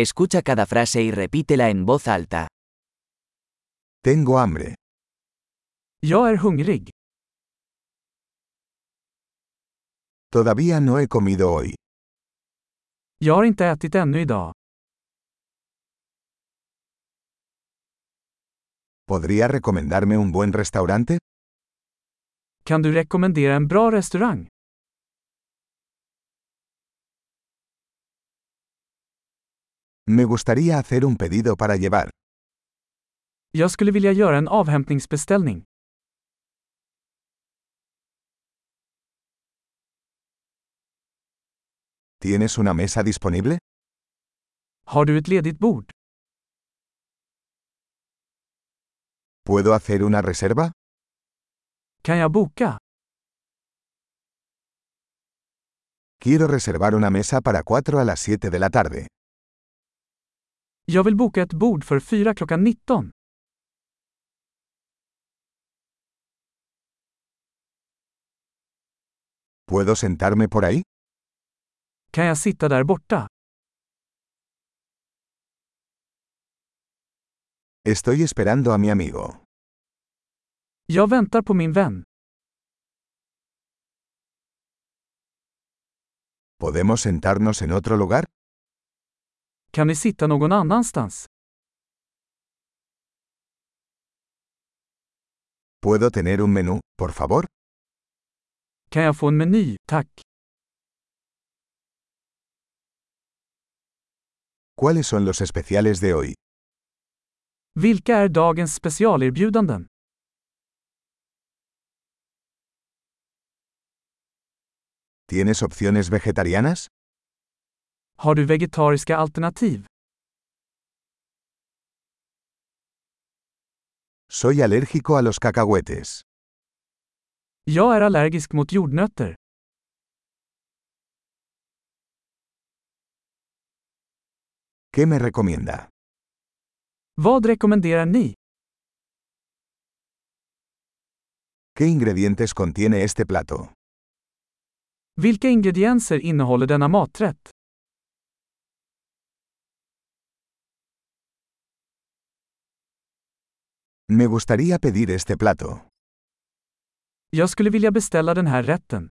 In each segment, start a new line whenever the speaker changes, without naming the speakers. Escucha cada frase y repítela en voz alta.
Tengo hambre.
Jag är hungrig.
Todavía no he comido hoy.
Jag har inte ätit ännu idag.
¿Podría recomendarme un buen restaurante?
Kan du rekommendera en bra restaurang?
Me gustaría hacer un pedido para llevar.
Jag skulle vilja göra en avhämtningsbeställning.
¿Tienes una mesa disponible?
Har du ett ledigt bord?
¿Puedo hacer una reserva?
Kan jag boka?
Quiero reservar una mesa para 4 a las 7 de la tarde.
Jag vill boka ett bord för fyra klockan 19.
¿Puedo sentarme por ahí?
Kan jag sitta där borta?
Estoy esperando a mi amigo.
Jag väntar på min vän.
¿Podemos sentarnos en otro lugar?
Kan vi sitta någon annanstans?
¿Puedo tener un menú, por favor?
Kan jag få en meny, tack?
¿Cuáles son los especiales de hoy?
Vilka är dagens specialerbjudanden?
¿Tienes opciones vegetarianas?
Har du vegetariska alternativ?
Soy alérgico a los cacahuetes.
Jag är allergisk mot jordnötter.
¿Qué me recomienda?
Vad rekommenderar ni?
¿Qué ingredientes contiene este plato?
Vilka ingredienser innehåller denna maträtt?
Me gustaría pedir este plato.
Jag skulle vilja beställa den här rätten.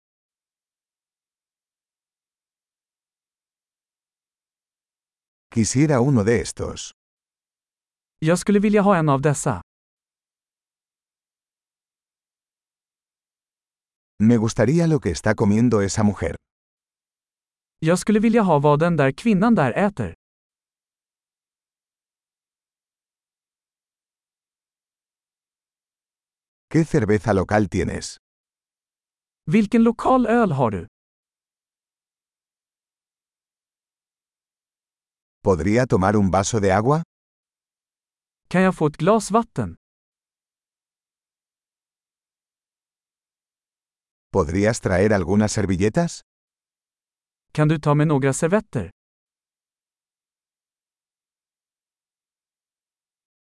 Quisiera uno de estos.
Jag skulle vilja ha en av dessa.
Me gustaría lo que está comiendo esa mujer.
Jag skulle vilja ha vad den där kvinnan där äter.
¿Qué cerveza local tienes?
Vilken lokal öl har du?
¿Podría tomar un vaso de agua?
Kan jag få ett glas vatten?
¿Podrías traer algunas servilletas?
Kan du ta med några servetter?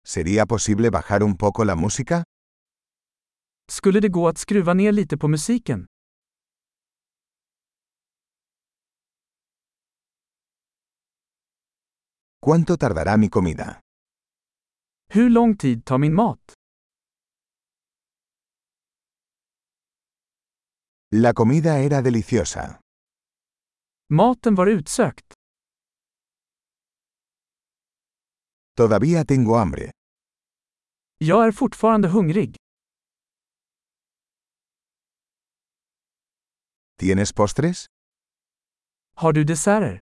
¿Sería posible bajar un poco la música?
Skulle det gå att skruva ner lite på musiken?
¿Cuánto tardará mi comida?
Hur lång tid tar min mat?
La comida era deliciosa.
Maten var utsökt.
Todavía tengo hambre.
Jag är fortfarande hungrig.
¿Tienes postres?
Har du desserter?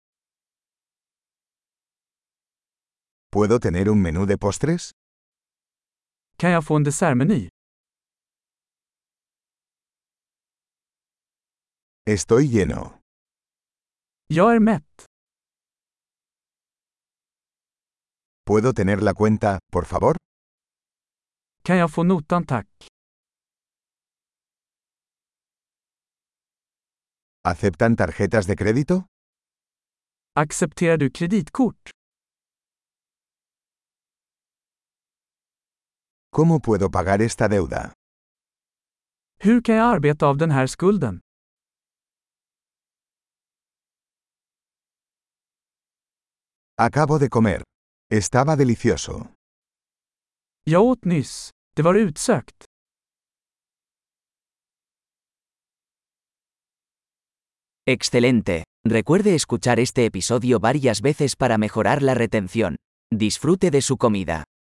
¿Puedo tener un menú de postres?
Kan jag få en dessertmeny?
Estoy lleno.
Jag är mätt.
¿Puedo tener la cuenta, por favor?
Kan jag få notan tack?
¿Aceptan tarjetas de crédito?
Accepterar du kreditkort?
¿Cómo puedo pagar esta deuda?
Hur kan jag arbeta av den här skulden?
Acabo de comer. Estaba delicioso.
Jag åt nyss. Det var utsökt.
Excelente. Recuerde escuchar este episodio varias veces para mejorar la retención. Disfrute de su comida.